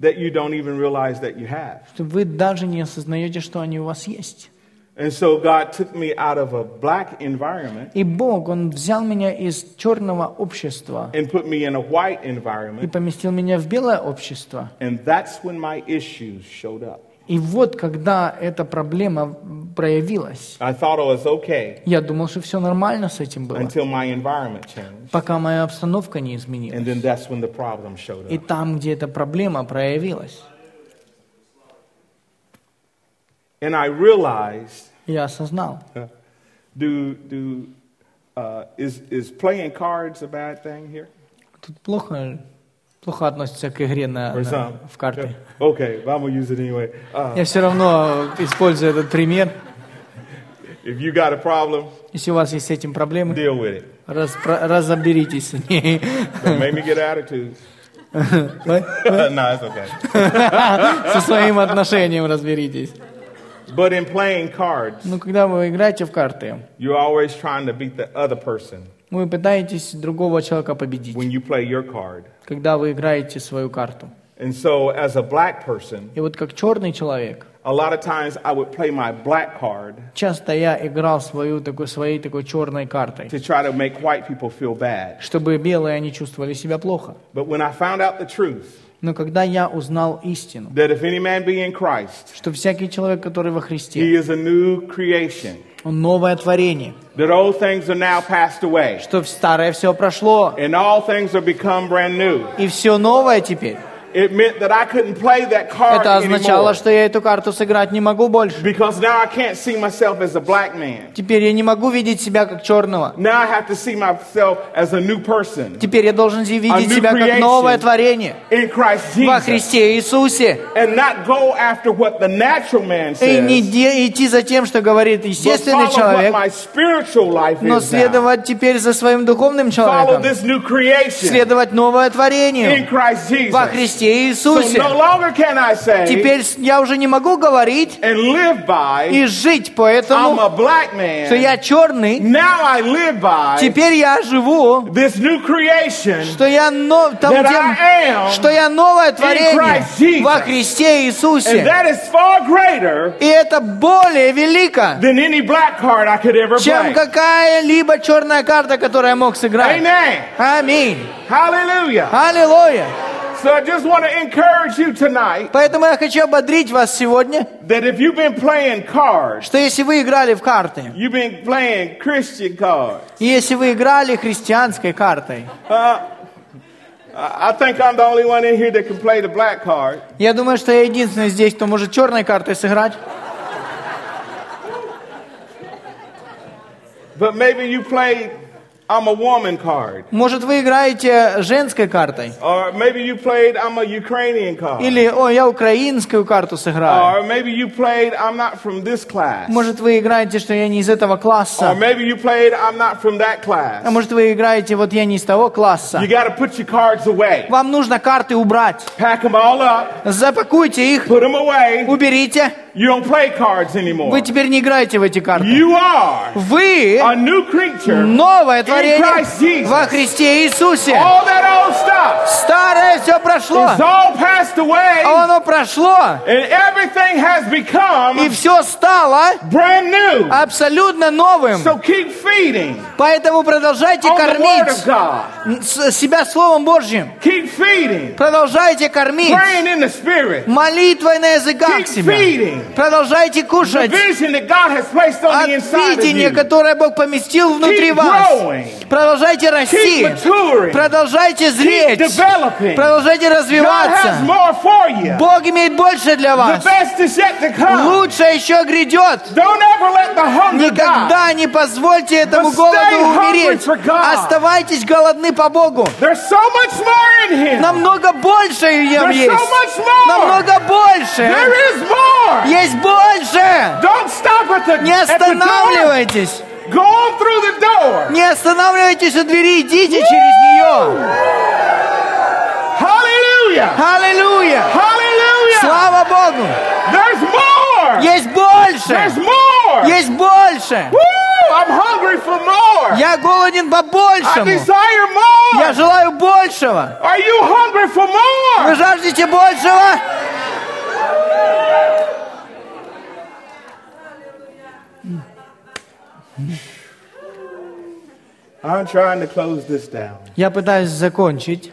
that you don't even realize that you have. что вы даже не осознаете, что они у вас есть. And so God took me out of a black environment И Бог, Он взял меня из черного общества and put me in a white и environment. поместил меня в белое общество. And that's when my issues showed up. И вот когда эта проблема проявилась, I thought I was okay я думал, что все нормально с этим было, until my environment changed. пока моя обстановка не And изменилась. then that's when the problem showed И up. там, где эта проблема проявилась, And I realized я осознал, uh, do, do, uh, is, is playing cards a bad thing here? тут плохо, плохо относится к игре на, на- Or something? в карты. Okay, but I'm going to use it anyway. Uh, Я все равно использую этот пример. if you got a problem, Если у вас есть с этим проблемы, deal with it. распро- разоберитесь с ней. Don't make me get attitudes. no, it's okay. Со своим отношением разберитесь. But in playing cards, Но когда вы играете в карты, you're always trying to beat the other person вы пытаетесь другого человека победить, when you play your card. когда вы играете свою карту. And so, as a black person, И вот как черный человек, a lot of times I would play my black card часто я играл свою, такой, своей такой черной картой, to try to make white people feel bad. чтобы белые они чувствовали себя плохо. But when I found out the truth, Но когда я узнал истину, that if any man be in Christ, что всякий человек, который во Христе, he is a new creation, он новое творение, that old things are now passed away, что старое все прошло, and all things are become brand new. и все новое теперь. It meant that I couldn't play that card Это означало, anymore что я эту карту сыграть не могу больше. because now I can't see myself as a black man. Теперь я не могу видеть себя как черного. Now I have to see myself as a new person Теперь я должен видеть себя как новое творение in Christ во Jesus Христе Иисусе. and not go after what the natural man И не says, де- идти за тем, что говорит but естественный Э, follow what человек, my spiritual life но is now. следовать теперь за своим духовным Follow человеком, this new creation следовать новое in творение Christ во Jesus. Христе So Иисусе. no longer can I say Теперь с- я уже не могу говорить and live by и жить I'm поэтому, a black что man. я черный. Now I live by Теперь я живу, this new creation что я но, там, that где, I am, что я новое Christ творение Jesus. во Христе and Иисусе. that is far greater И это более велико, than any black card I could ever чем play. какая-либо черная карта, которую я мог сыграть. Amen. Аминь. Hallelujah. Аллилуйя. So I just want to encourage you tonight Поэтому я хочу ободрить вас сегодня, that if you've been playing cards, что если вы играли в карты, you've been playing Christian cards. и если вы играли христианской картой, Uh, I I think I'm the only one in here that can play the black card. я думаю, что я единственный здесь, кто может черной картой сыграть. But maybe you played I'm a woman card. Может, вы играете женской картой? Or maybe you played I'm a Ukrainian card. Или, о, я украинскую карту сыграю. Or maybe you played I'm not from this class. Может, вы играете, что я не из этого Or класса. maybe you played I'm not from that А class. может, вы играете, вот я не из того класса. You got to put your cards away. Вам нужно карты убрать. Pack them all up, Запакуйте их, put them away. уберите. You don't play cards anymore. Вы теперь не играете в эти карты. You are Вы a new creature. новое Christ творение Jesus. во Христе Иисусе. All that old stuff Старое все прошло, is all passed а away, оно прошло, and everything has и become все стало brand new. абсолютно новым. So keep feeding Поэтому продолжайте on the Word of кормить God. с- себя Словом Божьим. Keep feeding, Продолжайте кормить praying in the Spirit, молитвой на языках keep себя. feeding Продолжайте the кушать vision that God has placed on от the inside of видения, you. которое Бог поместил внутри Keep вас. growing. Продолжайте Keep расти, maturing, продолжайте keep зреть, developing. продолжайте God has развиваться. more for you. Бог имеет больше для The вас. best is yet to come. Лучшее еще грядет. Don't ever let the hunger die. Никогда не позвольте этому But stay голоду hungry умереть. for God. Оставайтесь голодны по Богу. There's so much more in Him. Намного больше им There's so есть. much more. Намного больше. There is more. Есть больше. Don't stop at the, Не at the останавливайтесь. door. Go on through the door. Не останавливайтесь у двери, идите через нее. Hallelujah. Аллилуйя. Hallelujah. Слава Богу. There's more. Есть There's больше. more. Есть больше. Woo! I'm hungry for more. Я голоден по I большему. desire Я more. желаю большего. Are you hungry for Вы more? жаждете большего? I'm trying to close this down. Я пытаюсь закончить.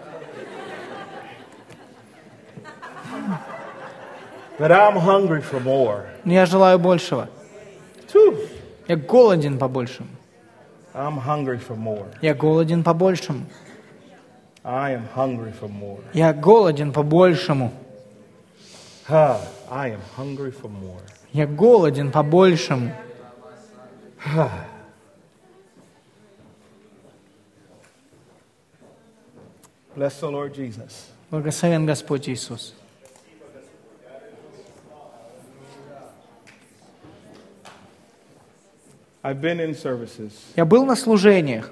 But I'm hungry for more. Но я желаю большего. Whew. Я голоден по большему. I'm hungry for more. Я голоден по большему. I am hungry for more. Я голоден по большему. Huh. I am hungry for more. Я голоден по большему. Bless the Lord Jesus. Благословен Господь Иисус. I've been in services Я был на служениях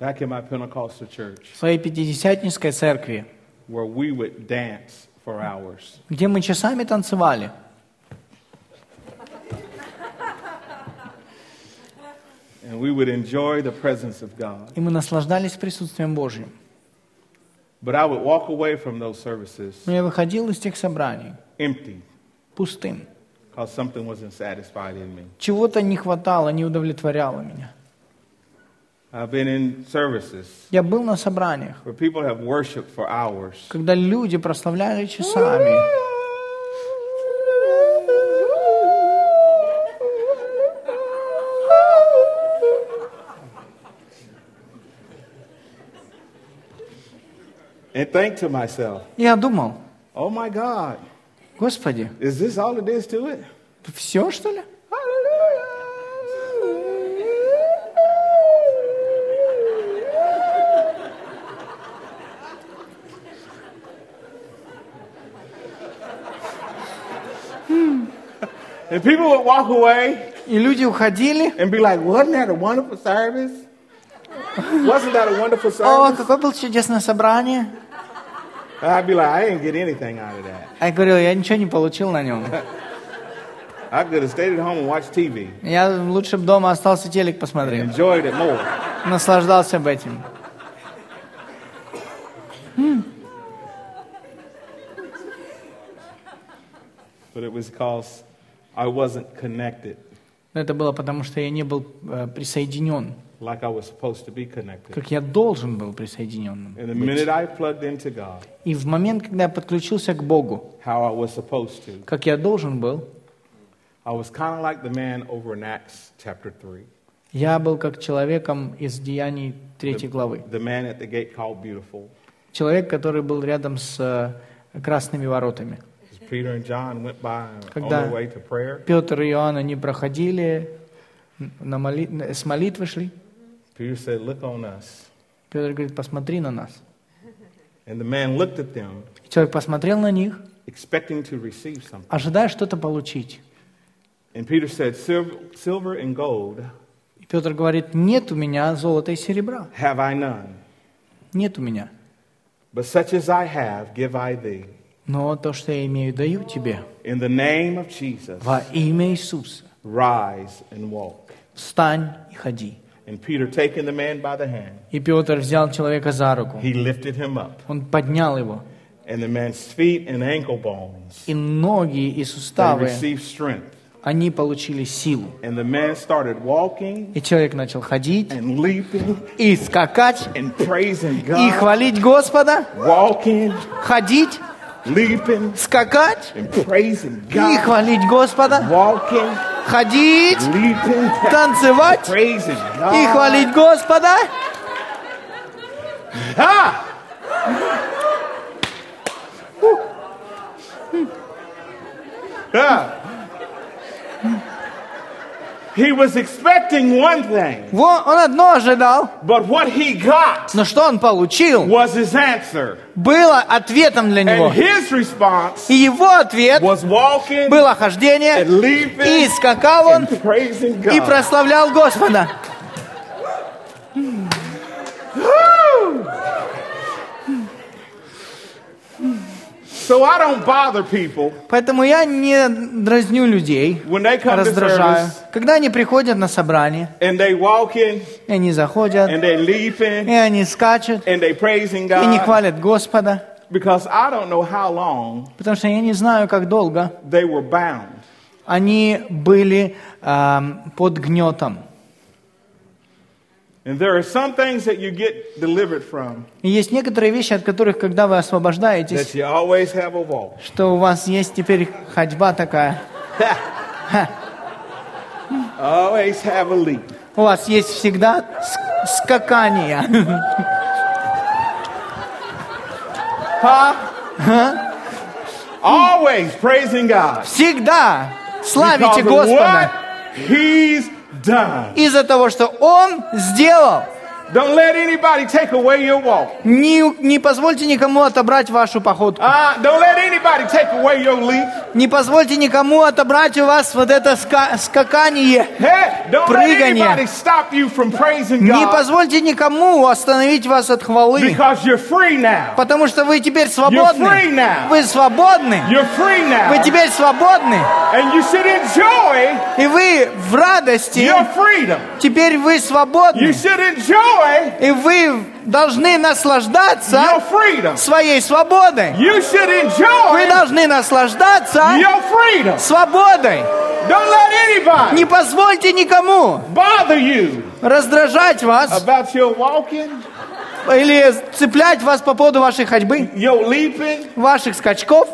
back in my Pentecostal church в своей пятидесятнической церкви, where we would dance for hours. где мы часами танцевали. And we would enjoy the presence of God. И мы наслаждались присутствием Божьим. But I would walk away from those services Но я выходил из тех собраний empty пустым. because something wasn't satisfied in me. Чего-то не хватало, не удовлетворяло меня. I've been in services Я был на собраниях, where people have worshiped for hours. когда люди прославляли часами. And think to myself, Я думал, oh my God, Господи, is this all it is to it? все что ли? Hmm. And people would walk away И люди уходили. and be like, wasn't that a wonderful service? Wasn't that a wonderful О, service? какое было чудесное собрание. And I'd be like, I didn't get anything out of that. А я говорил, я ничего не получил на нем. I could have stayed at home and watched TV Я лучше бы дома остался телек and посмотрел. enjoyed it more. Наслаждался бы этим. But it was because I wasn't connected Но это было потому, что я не был э, присоединен, like I was supposed to be connected. как я должен был присоединенным. And the быть. minute I plugged into God, И в момент, когда я подключился к Богу, how I was supposed to, как я должен был, I was kind of like the man over in Acts chapter 3, я был как человеком из Деяний 3 главы. the man at the gate called Beautiful. Человек, который был рядом с э, красными воротами. As Peter and John went by on Когда- their way to prayer, Петр и Иоанн, они проходили, н- на моли- н- с молитвы шли. Peter said, Look on us. Петр говорит, посмотри на нас. And the man looked at them, Человек посмотрел на них, expecting to receive something. ожидая что-то получить. And Peter said, Silver, silver and gold И Петр говорит, нет у меня золота и серебра. have I none, Нет у меня. but such as I have give I thee. Но то, что я имею, даю тебе. In the name of Jesus, Во имя Иисуса. rise and walk. Встань и ходи. And Peter, taking the man by the hand, И Петр взял человека за руку. he lifted him up. Он поднял его. And the man's feet and ankle bones, И ноги, и they суставы, received strength. они получили силу. And the man started walking И человек начал ходить, and leaping и скакать, and praising и God. хвалить Господа, Walking, ходить, leaping, скакать, and praising и God. хвалить Господа, Walking, ходить, leaping, танцевать, praising и God. хвалить Господа. Ah! Woo. Ah. He was expecting one thing, Во- Он одно ожидал, but what he got но что он получил, was his answer. было ответом для него. And his response И его ответ was walking было хождение, and leaping и скакал он, and praising и God. прославлял Господа. So I don't bother people Поэтому я не дразню людей, when they come to раздражаю. service Когда они приходят на собрание, and they walking и они заходят, and they и leaping они скачут, and they praising и не God хвалят Господа, because I don't know how long потому что я не знаю, как долго they were bound. они были эм, под гнетом. And there are some things that you get delivered from И есть некоторые вещи, от которых, когда вы that освобождаетесь, you always have a wall. что у вас есть теперь ходьба такая, Always have a leap. у вас есть всегда ск- скакание. Huh? Always praising God. Всегда Because славите of Господа what He's done. из-за того, что Он сделал. Don't let anybody take away your walk. Не, не позвольте никому отобрать вашу походку. Uh, don't let anybody take away your leap. Не позвольте никому отобрать у вас вот это ска- скакание. Hey, don't let Прыгание. anybody stop you from praising Не God позвольте никому остановить вас от хвалы. because you're free now. Потому что вы теперь free свободны. now. Вы свободны. You're free Вы now. теперь свободны. And you should enjoy И вы в радости. your freedom. Теперь вы You свободны. should enjoy enjoy И вы должны your наслаждаться freedom. своей свободой. You should Вы enjoy должны наслаждаться your freedom. свободой. Don't let anybody Не позвольте никому bother you раздражать вас about your walking, или цеплять вас по поводу вашей ходьбы, your leaping, ваших скачков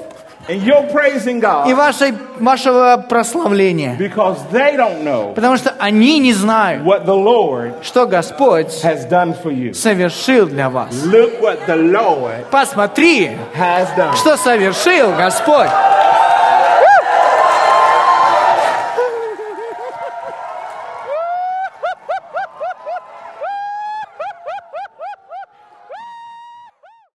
and your praising и God вашей, вашего прославления. because they don't know Потому что они не знают, what the Lord что Господь has done for you. совершил для вас. Look what the Lord Посмотри, has done. что совершил Господь.